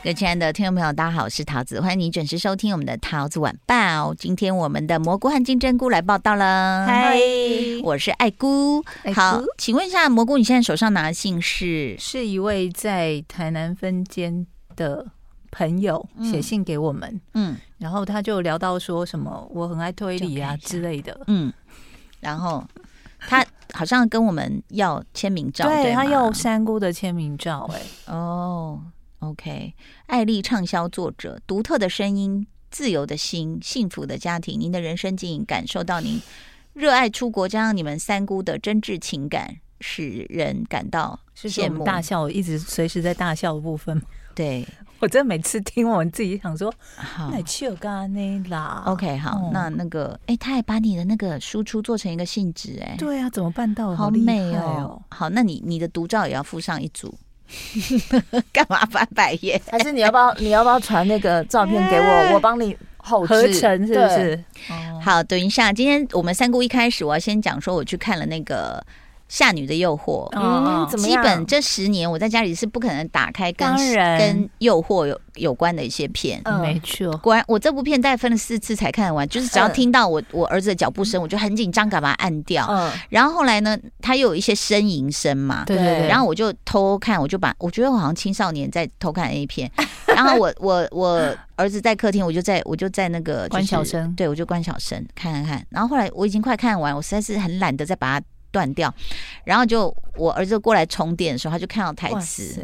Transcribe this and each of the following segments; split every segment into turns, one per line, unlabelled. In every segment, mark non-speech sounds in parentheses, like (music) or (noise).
各位亲爱的听众朋友，大家好，我是桃子，欢迎你准时收听我们的桃子晚报。今天我们的蘑菇和金针菇来报道了，
嗨，
我是爱菇。
爱菇
好，请问一下蘑菇，你现在手上拿的信是？
是一位在台南分监的朋友写信给我们，
嗯
然后他就聊到说什么我很爱推理
就看一下
啊之类的，
嗯，然后他好像跟我们要签名照，对吗
他要三姑的签名照、哎，
哦，OK，爱丽畅销作者，独特的声音，自由的心，幸福的家庭，您的人生经营，感受到您热爱出国，加上你们三姑的真挚情感，使人感到
是说我
羡
们
慕。
大笑，一直随时在大笑的部分吗。 (laughs)
对，
我真的每次听我自己想说，哎
好
那去干那啦
，OK，好，
哦
那那个，哎，他还把你的那个输出做成一个信纸，哎，，
对啊，怎么办到的？
好
厉害
美哦。好，那你你的独照也要附上一组。 (laughs) 干嘛翻白眼？
还是你要不要你要不要传那个照片给我，我帮你后置
合成是不？
对
是？哦
好，等一下，今天我们三姑一开始，我要先讲说，我去看了那个《夏女的诱惑》
哦
嗯，怎么
基
样
本这十年我在家里是不可能打开跟
当然
跟诱惑有有关的一些片。
嗯
没错，
果然，我这部片大概分了四次才看完，就是只要
嗯
听到我、我儿子的脚步声，我就很紧张，赶把它按掉。
嗯，
然后后来呢，他又有一些呻吟声嘛，
对对对。
然后我就偷看，我就把我觉得我好像青少年在偷看 A
(laughs)
片，然后我我我儿子在客厅，我就在我就在那个、就是、
关小声
对我就关小声看看看，然后后来我已经快看完，我实在是很懒得再把它断掉，然后就我儿子过来充电的时候，他就看到台
哇
词，
塞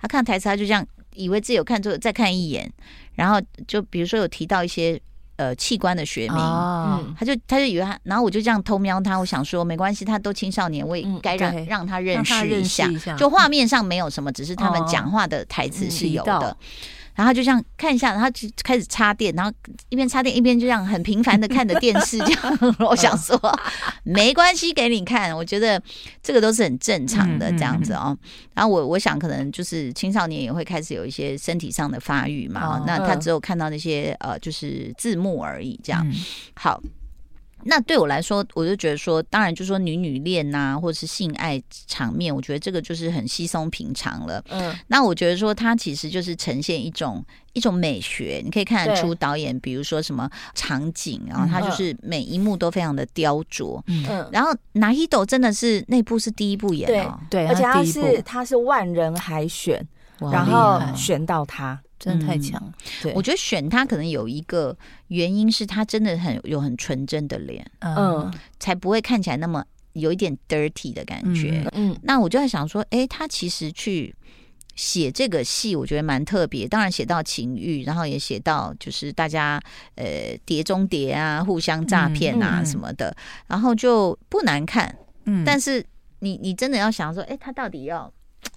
他看到台词，他就这样以为自己有看错，再看一眼，然后就比如说有提到一些呃器官的学名。
啊，
嗯
他就他就以为他，然后我就这样偷瞄他，我想说没关系，他都青少年，我也
嗯
该让、
对
让他
让
认
他
识一下。
一下
就画面上没有什么，只是他们
哦
讲话的台词是有
嗯提
的
到。
然后他就这样看一下，然后就开始插电，然后一边插电一边就这样很频繁的看着电视，这样我
(laughs)
想说没关系，给你看，我觉得这个都是很正常的
嗯嗯
这样子哦。然后我我想可能就是青少年也会开始有一些身体上的发育嘛，
哦
那他
嗯
只有看到那些呃就是字幕而已这
这
样。好，那对我来说，我就觉得说，当然就说女女恋呐、或者是性爱场面，我觉得这个就是很稀松平常了。
嗯，
那我觉得说，它其实就是呈现一种一种美学，你可以看得出导演，比如说什么场景啊，然后
嗯
它就是每一幕都非常的雕琢。
嗯，
嗯，
然后拿一斗真的是那部是第一部演哦，
对，
而且
他
他
嗯第一部
是他是万人海选，
哇
然
厉
后
害
选到他，
真的太
嗯
强了，
对，
我觉得选他可能有一个原因是他真的很有很纯真的脸，
嗯
才不会看起来那么有一点 dirty 的感觉。
嗯
嗯
那我就在想说，诶，他其实去写这个戏，我觉得蛮特别。当然写到情欲，然后也写到就是大家呃碟中谍啊、互相诈骗啊
嗯嗯嗯
什么的，然后就不难看。
嗯
但是你你真的要想说，诶，他到底要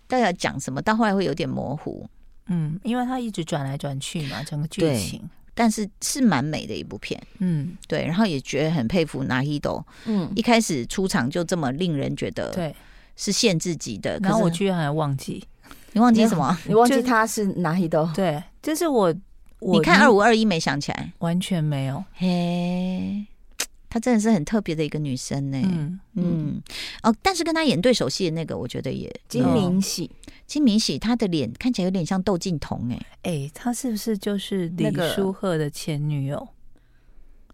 到底要讲什么？到后来会有点模糊，
嗯，因为他一直转来转去嘛，整个剧
对
情，
但是是蛮美的一部片。
嗯，
对，然后也觉得很佩服拿希斗，
嗯
一开始出场就这么令人觉得
对。
是限制级的。
然后我
去，
居然还忘记，
你忘记什么？啊
你忘记
就
他是哪一都，
对，就是我，
哦
我
你看二
已
五二一没想起来？
完全没有，
嘿，她真的是很特别的一个女生呢、嗯
嗯，
哦，但是跟她演对手戏的那个，我觉得也哦
金明喜，
金明喜，她的脸看起来有点像窦靖童哎、
哎，他是不是就是李
那个
书赫的前女友？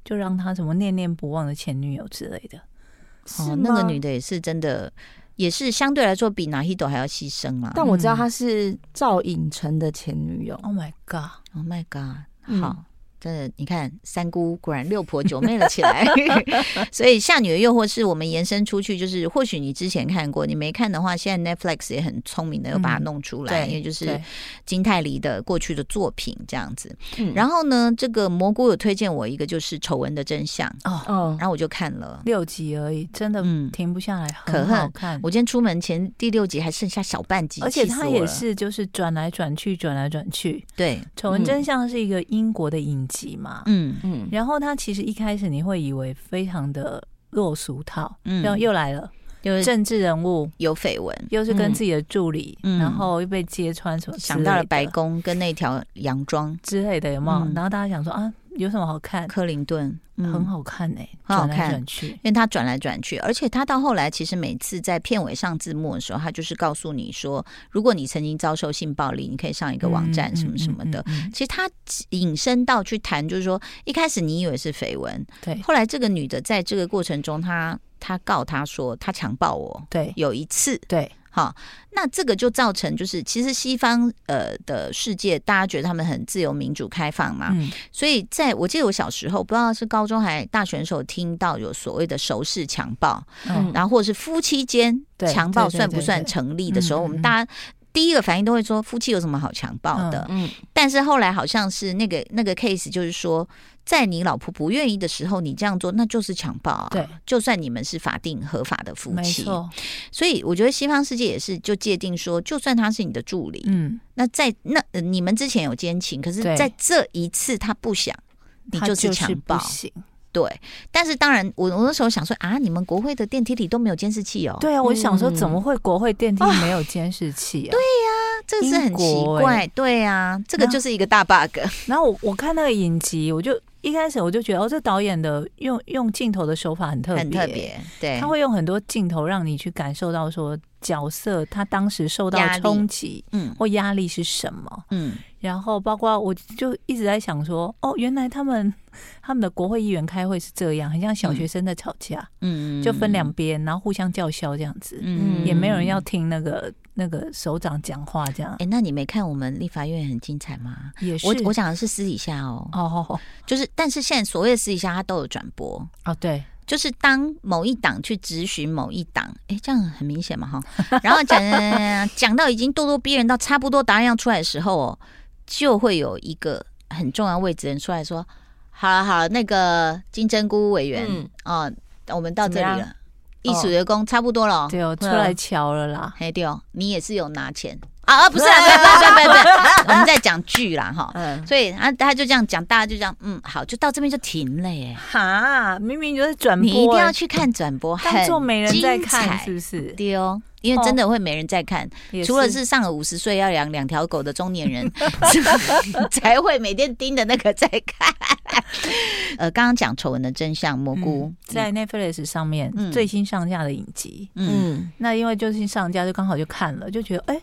就让他什么念念不忘的前女友之类的，
哦
是，
那个
吗
女，的也是真的，也是相对来说比拿希朵还要牺牲啊嘛。
但我知道她是赵寅成的前女友，
Oh my god！
Oh my god！
嗯
好。真的，你看三姑果然六婆九妹了起来， (laughs) 所以《夏女的诱惑》是我们延伸出去，就是或许你之前看过，你没看的话，现在 Netflix 也很聪明的又把它
嗯
弄出来，
对
因为就是
对，
金泰梨的过去的作品这样子。
嗯
然后呢，这个蘑菇有推荐我一个就是《丑闻的真相》，
哦，
嗯
然后我就看了。
六集而已，真的
嗯
停不下来，
可
很
恨
好看。
我今天出门前第六集还剩下小半集，
而且
气死
他
我
也
了
是就是转来转去，转来转去。
对，
《丑闻
嗯
真相》是一个英国的影集嘛，
嗯
嗯
然后他其实一开始你会以为非常的落俗套，
嗯
然后又来了，
就是
政治人物，
有绯闻，
又是跟
嗯
自己的助理，
嗯
然后又被揭穿什么之类的，
(laughs) 想到了白宫跟那条洋装，
之类的，有没有？
嗯
然后大家想说啊，有什么好看？
克林顿，嗯
很好看哎，
很好
转来
看
转去，
因为他转来转去，而且他到后来，其实每次在片尾上字幕的时候，他就是告诉你说，如果你曾经遭受性暴力，你可以上一个网站什么什么的。
嗯，嗯嗯嗯嗯
其实他引申到去谈，就是说一开始你以为是绯闻，
对
后来这个女的在这个过程中，她她告他说她强暴我，
对
有一次，
对，
好，那这个就造成就是，其实西方呃的世界，大家觉得他们很自由、民主、开放嘛，
嗯，
所以在我记得我小时候，不知道是高中还大学的时候，听到有所谓的熟识强暴，
嗯
嗯
然后或者是夫妻间
对
强暴
对对
算不
对
算
对
成立的时候，
嗯
我们
嗯嗯
大家。第一个反应都会说夫妻有什么好强暴的？
嗯，
但是后来好像是那个那个 case，就是说，在你老婆不愿意的时候，你这样做那就是强暴啊。
对，
就算你们是法定合法的夫
没
妻，
错，
所以我觉得西方世界也是就界定说，就算他是你的助理，
嗯，
那在那、呃你们之前有奸情，可是
对
在这一次他不想，你
他
就
就是
强
不
暴
行
对。但是当然，我我那时候想说啊，你们国会的电梯里都没有监视器哦，，
对啊，我想说怎么
嗯
会国会电梯没有监视器啊？对，
这个是很
英
奇
国欸
怪，对啊，这个
那
就是一个大 bug，
然后我我看那个影集，我就一开始我就觉得哦，这导演的用用镜头的手法很特别，
很特，别，对，
他会用很多镜头让你去感受到说角色他当时受到
压
的
力
冲击
嗯
或压力是什么，
嗯
然后包括我就一直在想说，哦，原来他们 (laughs) 他们的国会议员开会是这样，很像小学生在吵架，
嗯，
就分两边，然后互相叫嚣这样子，
嗯，嗯
也没有人要。听那个那个首长讲话这样
哎、，那你没看我们立法院很精彩吗？
也是
我我讲的是私底下哦，
哦哦
就是但是现在所谓的私底下，他都有转播，
哦对，
就是当某一党去质询某一党，诶，这样很明显嘛哈。然后讲讲讲讲讲到已经咄咄逼人到差不多答案要出来的时候哦，就会有一个很重要位置的人出来说：“好了好了，那个金针菇委员
嗯
哦、我们到这
怎么
里
样
了，一数员工差不多了哦。
对哦，出来瞧了啦，
嘿对哦，你也是有拿钱啊啊，不是啊，不是不是不是不是，我们在讲剧啦哈。
嗯，
所以啊，他就这样讲，大家就这样，嗯，好，就到这边就停了耶。
哈，明明就是转播，欸
你一定要去看转播，
当
很
做没人在
精
看，
彩
是不是？
对哦，因为真的会没人在看，
也
除了是上了五十岁要养两条狗的中年人才会每天盯着那个在看。呃，刚刚讲丑闻的真相，蘑菇
嗯，在 Netflix 上面
嗯
最新上架的影集，
嗯
嗯
那因为最新上架就刚好就看了，就觉得哎、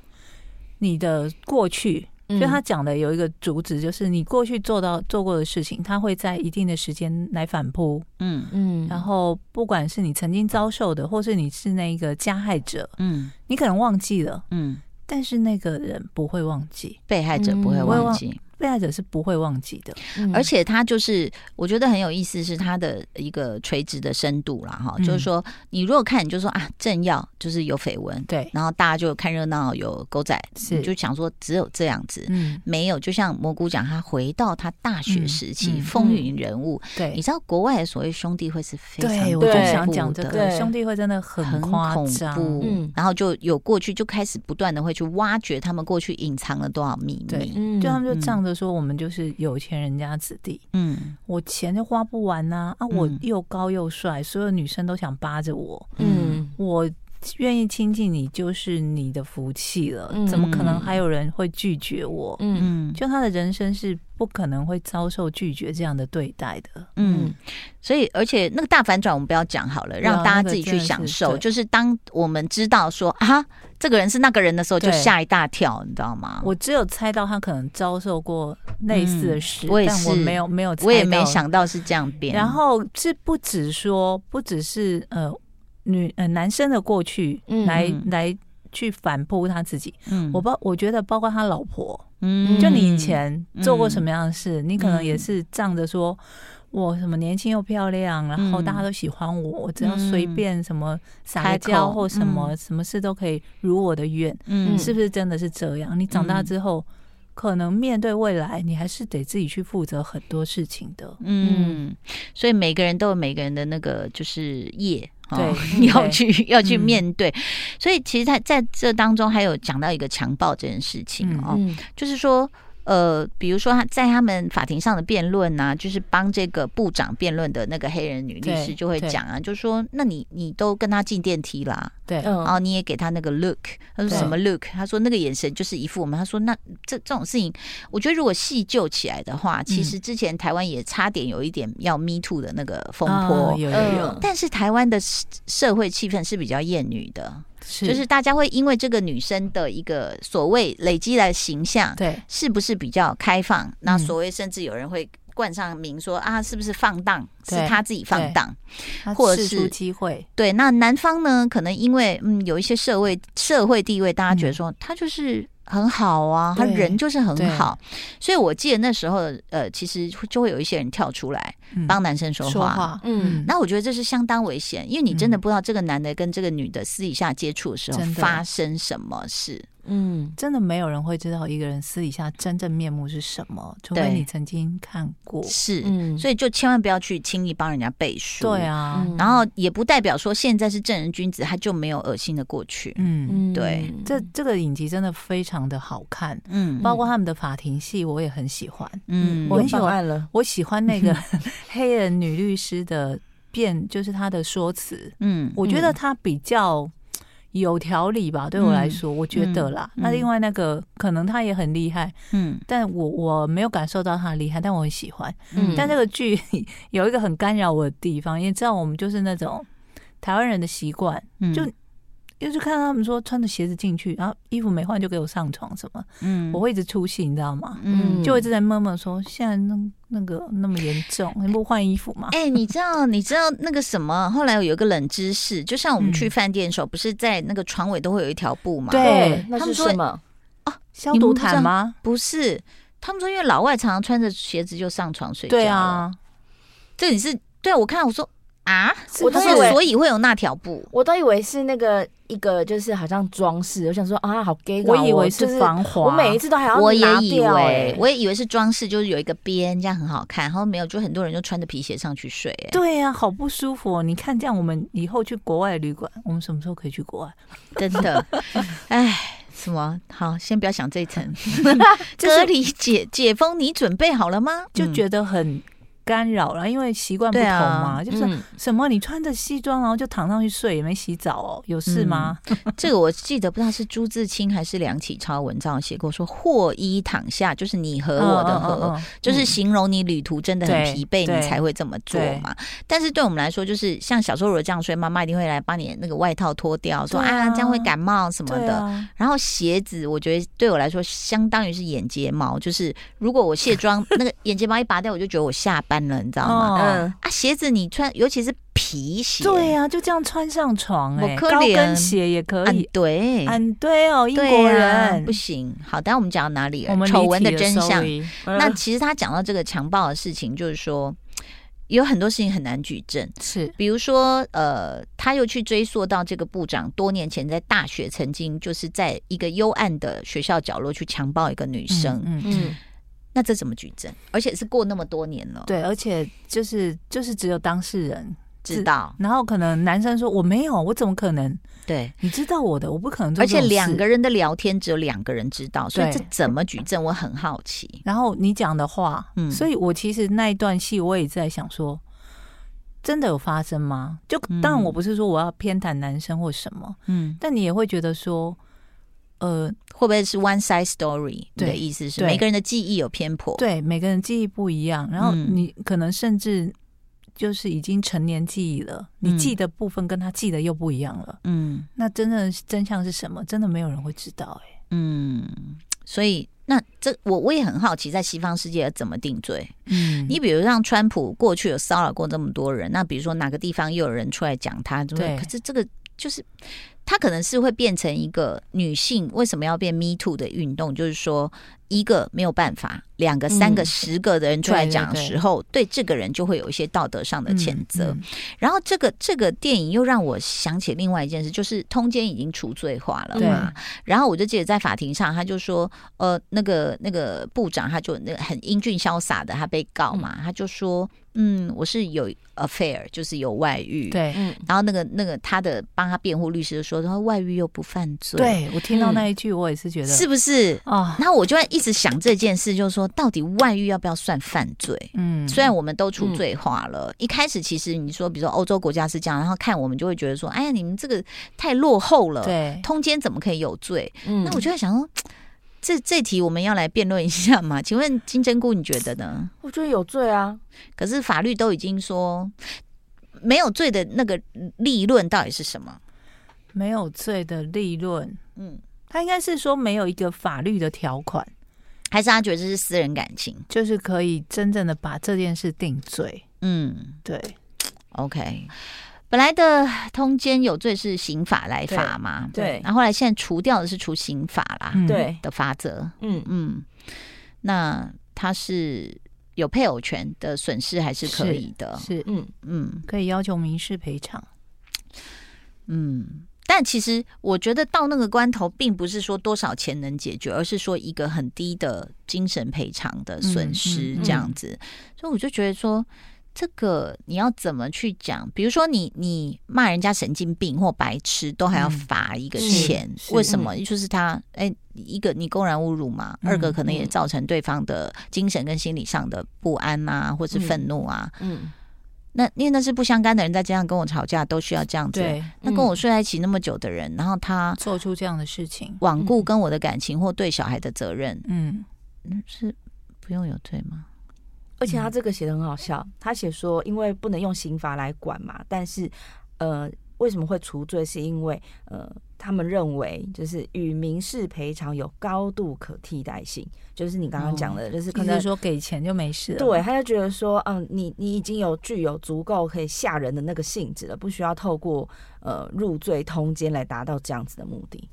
你的过去。
嗯
就他讲的有一个主旨，就是你过去做到做过的事情，他会在一定的时间来反扑。
嗯
嗯，
然后，不管是你曾经遭受的，或是你是那个加害者，
嗯
你可能忘记了，
嗯，
但是那个人不会忘记，
被害者不会
嗯
忘记，
被害者是不会忘记的。
嗯
而且他就是我觉得很有意思，是他的一个垂直的深度啦，哈，
嗯
就是说你如果看，你就说啊，政要就是有绯闻，
对，
然后大家就看热闹有狗仔，
是
你就想说只有这样子，
嗯，
没有，就像蘑菇讲，他回到他大学时期、
嗯嗯
风云人物。
对
你，知道国外的所谓兄弟会是非常
对，
恐
我就
怖
对
想讲这
的
个
对
兄弟会真的很
很
夸
恐
张，
怖。
嗯
然后就有过去就开始不断的会去挖掘他们过去隐藏了多少秘
对
密。
嗯
就他们就仗着说我们就是有钱人家子弟，
嗯
我钱就花不完呐、啊，
嗯
我又高又帅，所有女生都想扒着我，
嗯
我愿意亲近你就是你的福气了，
嗯
怎么可能还有人会拒绝我？
嗯
嗯
就他的人生是不可能会遭受拒绝这样的对待的，
嗯，所以而且那个大反转我们不要讲好了，让大家自己去享
那
受。
个真的
就是当我们知道说啊这个人是那个人的时候，就
对
吓一大跳，你知道吗？
我只有猜到他可能遭受过类似的事，
嗯我也
但我
是
没有没有，
我也没。想到是这样变。
然后是不只说，不只是呃女呃男生的过去
嗯
来、
嗯
来去反扑他自己。
嗯，
我包我觉得包括他老婆，
嗯
就你以前做过什么样的事，你可能也是仗着说。我什么年轻又漂亮，然后大家都喜欢我，我只要随便什么
嗯
撒
开
个娇
口
或什么、什么事都可以如我的愿，
嗯
是不是真的是这样？你长大之后，可能面对未来，你还是得自己去负责很多事情的。
嗯，所以每个人都有每个人的那个就是业。哦 (laughs)
对
要去要去
嗯
面对，所以其实他在这当中还有讲到一个强暴这件事情
嗯
哦，
嗯
就是说，呃，比如说他在他们法庭上的辩论呐、就是帮这个部长辩论的那个黑人女律
对
师就会
对
讲啊，就说那你你都跟他进电梯啦，
对，
嗯
然后你也给他那个 look，他说
对
什么 look？他说那个眼神就是一副我们，他说那这这种事情，我觉得如果细究起来的话，
嗯
其实之前台湾也差点有一点要 me too 的那个风波。
啊有有
嗯
有，
但是台湾的社社会气氛是比较厌女的，就是大家会因为这个女生的一个所谓累积来的形象，
对
是不是比较开放？那
嗯
所谓甚至有人会冠上名说啊，是不是放荡？是
对
他自己放
对
荡。
他
或者
试出
是
机会，
对，那男方呢，可能因为嗯有一些社会社会地位，大家觉得
嗯
说、他就是很好啊，他
对
人就是很
对
好，所以我记得那时候呃，其实就会有一些人跳出来
嗯
帮男生说
说话，嗯
嗯
那我觉得这是相当危险，因为你真的不知道这个男的跟这个女的私底下接触的时候
真的
发生什么事。
嗯
真的没有人会知道一个人私底下真正面目是什么，除
对
非你曾经看过。
是，
嗯
所以就千万不要去轻易帮人家背书。
对，啊，
嗯
然后也不代表说现在是正人君子，他就没有恶心的过去。
嗯，
嗯
对
这这个影集真的非常的好看，
嗯
包括他们的法庭戏，我也很喜欢。
嗯，
我
我
很
很
喜
喜
欢
欢了，
我喜欢那个 (laughs) 黑人女律师的辩，就是她的说辞，
嗯
我觉得她比较有条理吧。对我来说，我觉得啦。
嗯
那另外那个可能她也很厉害，
嗯
但我我没有感受到她的厉害，但我很喜欢。
嗯，
但这个剧 (laughs) 有一个很干扰我的地方，因为知道我们就是那种台湾人的习惯，
嗯
就就是看到他们说穿着鞋子进去，然后衣服没换就给我上床什么，
嗯
我会一直出戏，你知道吗？
嗯
嗯
就一直在闷闷说，现在那那个那么严重，你不换衣服吗？
哎、你知道你知道那个什么？后来有一个冷知识，就像我们
嗯
去饭店的时候，不是在那个床尾都会有一条布嘛？
对
那
他
是
们说
什么？
消毒毯吗？
不是，他们说因为老外常常穿着鞋子就上床睡觉。
对，啊，
这里是对我看我说啊，
是
我
他
都
不
以
说
为
所以会有那条布。
我都以为是那个一个就是好像装饰，我想说啊，好 gay，
我以为是
就是
防滑，
我每一次都还要
我也
拿
以
掉
为
欸，
我也以为是装饰，就是有一个边，这样很好看。然后没有，就很多人就穿着皮鞋上去睡、哎，
对呀、好不舒服、哦。你看这样，我们以后去国外旅馆，我们什么时候可以去国外？
真 (laughs) 的，哎，什么？好，先不要想这一 (laughs) 层。
是
隔离解解封，你准备好了吗？
就觉得很干扰了，因为习惯不同
啊
嘛，就是
嗯
什么？你穿着西装然后就躺上去睡，也没洗澡哦，有事吗？
嗯这个我记得，不知道是朱自清还是梁启超文章有写过，说霍衣躺下就是你和我的和，
嗯嗯嗯嗯
就是形容你旅途真的很疲
对
惫，
对
你才会这么做嘛。但是对我们来说，就是像小时候如果这样睡，妈妈一定会来把你那个外套脱掉，说
对啊
啊这样会感冒什么
对
的。
啊
然后鞋子，我觉得对我来说相当于是眼睫毛，就是如果我卸妆，那个眼睫毛一拔掉，我就觉得我下班了，你知道吗？
哦
嗯，
啊，鞋子你穿，尤其是皮鞋，
对啊呀、就这样穿上床、
我
哎，
可
高
怜
跟鞋也可
嗯
以，，
对，
嗯，对哦，英
对
国
啊
人
不，行。好，但我们讲到哪里
我
了？
们
丑
离
闻
题
的
了
真相。
sorry
那其实他讲到这个强暴的事情，就是说有很多事情很难举证。
是
比如说，呃，他又去追溯到这个部长多年前在大学曾经就是在一个幽暗的学校角落去强暴一个女生，
嗯嗯
嗯
那这怎么举证？而且是过那么多年了，
对，而且就是就是只有当事人。
知道
然后可能男生说我没有，我怎么可能？
对，
你知道我的，我不可能做
而
这种
且
事。
两个人的聊天只有两个人知道，所以
对
这怎么举证？我很好奇。
然后你讲的话，
嗯
所以我其实那一段戏我也在想说，真的有发生吗？就
嗯
当然我不是说我要偏袒男生或什么，
嗯，
但你也会觉得说，呃，
会不会是 one side story？你的
对
意思是
对
每个人的记忆有偏颇？
对，每个人记忆不一样，然后
嗯
你可能甚至就是已经成年记忆了，
嗯
你记的部分跟他记的又不一样了。
嗯
那真正的真相是什么？真的没有人会知道、哎，
嗯，所以那这我我也很好奇，在西方世界怎么定罪？
嗯
你比如像川普过去有骚扰过这么多人，那比如说哪个地方又有人出来讲他，对不对？
对
可是这个就是他可能是会变成一个女性为什么要变 Me Too 的运动，就是说一个没有办法，两个、
嗯
三个、十个的人出来
对对
讲的
对
时候，对这个人就会有一些道德上的谴责。
嗯
然后这个这个电影又让我想起另外一件事，就是通奸已经除罪化了
对
嘛。然后我就记得在法庭上，他就说，呃，那个那个部长，他就那个很英俊潇洒的，他被告嘛，他就说，嗯，我是有 affair，就是有外遇。。
对、
嗯
然后那个那个他的帮他辩护律师就说，他外遇又不犯罪，
对，我听到那一句，我也是觉得
是不是？
啊，
然后我就会一直想这件事，就是说到底外遇要不要算犯罪？
嗯，
虽然我们都处罪化了，一开始其实你说，比如说欧洲国家是这样，然后看我们就会觉得说，哎呀，你们这个太落后了，
对，
通奸怎么可以有罪？
嗯
那我就在想说，这这题我们要来辩论一下嘛？请问金针菇你觉得呢？
我觉得有罪啊，
可是法律都已经说没有罪的那个立论到底是什么？
没有罪的利润，
嗯，
他应该是说没有一个法律的条款，
还是他觉得这是私人感情？
就是可以真正的把这件事定罪。
嗯
对，
，OK。本来的通奸有罪是刑法来罚嘛，
对
然后后来现在除掉的是除刑法啦，
嗯
对，
的法则，
嗯，
嗯，那他是有配偶权的损失还是可以的，
是
嗯，
嗯
可以要求民事赔偿。
嗯。但其实我觉得到那个关头，并不是说多少钱能解决，而是说一个很低的精神赔偿的损失
嗯嗯嗯
这样子。所以我就觉得说，这个你要怎么去讲？比如说你你骂人家神经病或白痴，都还要
嗯
罚一个
是
钱，
是
为什么？就是他哎、一个你公然侮辱嘛，
嗯
二个可能也
嗯
造成对方的精神跟心理上的不安啊，或是愤怒啊。
嗯，
那因为那是不相干的人在街上跟我吵架，都需要这样子。
对，
那
嗯
跟我睡在一起那么久的人，然后他
做出这样的事情，
罔顾
嗯
跟我的感情或对小孩的责任，
嗯，
嗯是不用有罪吗？
而且他
嗯
这个写的很好笑，他写说因为不能用刑罚来管嘛，但是呃，为什么会除罪？是因为呃，他们认为就是与民事赔偿有高度可替代性，就是你刚刚讲的，就是可
可
能
哦是说啊给钱就没事了。
对，，他就觉得说，嗯，你你已经有具有足够可以吓人的那个性质了，不需要透过呃入罪通奸来达到这样子的目的。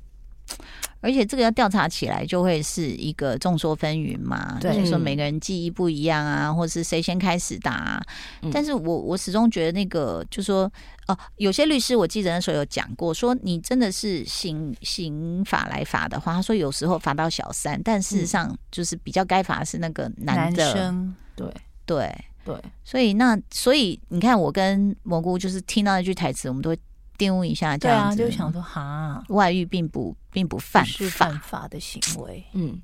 而且这个要调查起来，就会是一个众说纷�纭嘛，
对
就是说每个人记忆不一样啊，或是谁先开始打、啊。
嗯
但是我我始终觉得那个，就说哦、有些律师我记得那时候有讲过，说你真的是刑刑法来罚的话，他说有时候罚到小三，但事实上就是比较该罚的是那个男
男
的，
生
对
对。
对，
所以那所以你看，我跟蘑菇就是听到那句台词，我们都会叮一下，这
对
样
啊，
子
就想说哈，
外遇并不并不
不
犯
是
法，
犯法的行为。
嗯，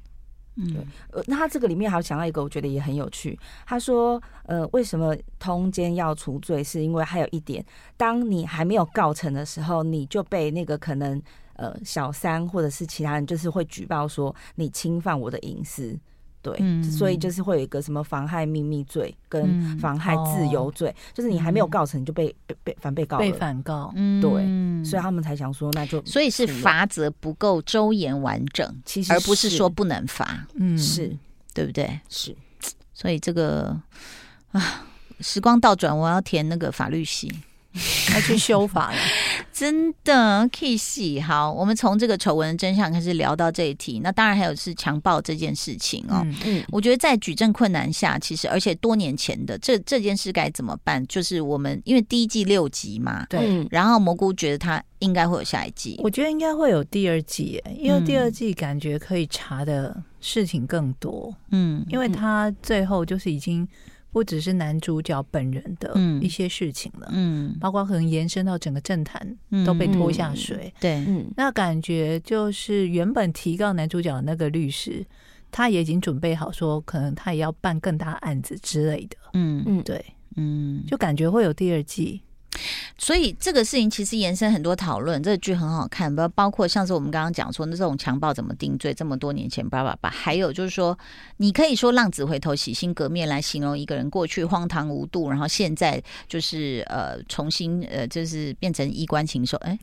嗯
呃，那他这个里面还有讲到一个，我觉得也很有趣。他说，呃，为什么通奸要除罪？是因为还有一点，当你还没有告成的时候，你就被那个可能呃小三或者是其他人，就是会举报说你侵犯我的隐私。对，
嗯
所以就是会有一个什么妨害秘密罪跟
嗯
妨害
哦
自由罪，就是你还没有
嗯
告成，你就被被被反被告
被
了，
反告，
嗯
对所以
以
他们才想说，那就
所以是
处了，
罚则不够周延完整，
其实
而不是说不能罚，
嗯，
是
对不对？
是
所以这个啊，时光倒转，我要填那个法律系，
要去修法
(laughs)
了。
真的 kiss 好，我们从这个丑闻的真相开始聊到这一题，那当然还有是强暴这件事情哦。
嗯
嗯
我觉得在举证困难下，其实而且多年前的这这件事该怎么办？就是我们因为第一季六集嘛，
对，
嗯
然后蘑菇觉得他应该会有下一季，
我觉得应该会有第二季耶，因为第
嗯
二季感觉可以查的事情更多，
嗯
因为他最后就是已经不只是男主角本人的
嗯
一些事情了，
嗯
包括可能延伸到整个政坛
嗯
都被拖下水。
对，
嗯
那感觉就是原本提告男主角的那个律师，他也已经准备好说，可能他也要办更大案子之类的。
嗯
嗯
对，
嗯，
就感觉会有第二季。
所以这个事情其实延伸很多讨论，这个剧很好看，包包括像是我们刚刚讲说那这种强暴怎么定罪，这么多年前，叭叭叭，还有就是说，你可以说浪子回头、洗心革面来形容一个人过去荒唐无度，然后现在就是呃重新呃就是变成衣冠禽兽，哎、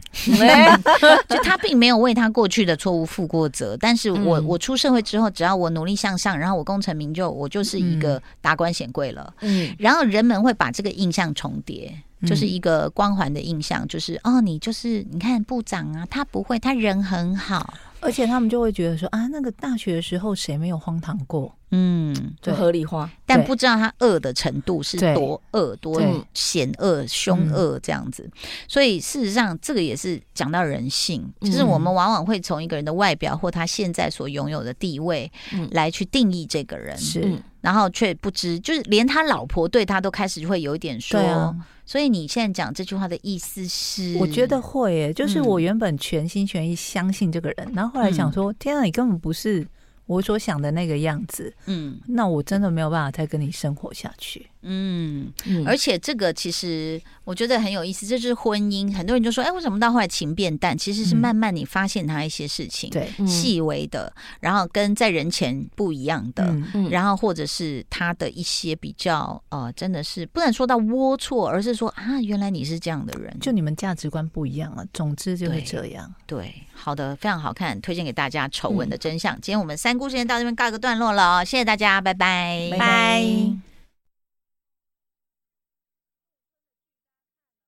就他并没有为他过去的错误负过责，但是我、
嗯
我出社会之后，只要我努力向上，然后我功成名就，我就是一个达官显贵了。
嗯
然后人们会把这个印象重叠，
嗯
就是一个光环的印象，就是哦，你就是你看部长啊，他不会，他人很好，
而且他们就会觉得说啊，那个大学的时候谁没有荒唐过？
嗯，
就
对
合理化，
但
对
不知道他恶的程度是
对
多恶、多
对
险恶、凶恶这样子。所以事实上，这个也是讲到人性，就是
嗯
我们往往会从一个人的外表或他现在所拥有的地位
嗯
来去定义这个人，
是
嗯
然后却不知，就是连他老婆对他都开始会有一点说。
对啊，
所以你现在讲这句话的意思是，
我觉得会耶。就是
嗯
我原本全心全意相信这个人，然后后来想说，天啊，你根本不是我所想的那个样子，
嗯
那我真的没有办法再跟你生活下去。
嗯，
嗯
而且这个其实我觉得很有意思，这就是婚姻。很多人就说，哎，为什么到后来情变淡？其实是
嗯
慢慢你发现他一些事情，
对
嗯
细微的，然后跟在人前不一样的。
嗯
嗯
然后或者是他的一些比较呃，真的是不能说到龌龊，而是说啊，原来你是这样的人，
就你们价值观不一样了，啊总之就是
对
这样。
对，好的，非常好看，推荐给大家《
嗯
丑闻的真相》今天我们三姑时间到这边告一个段落了哦，谢谢大家，拜拜，
拜拜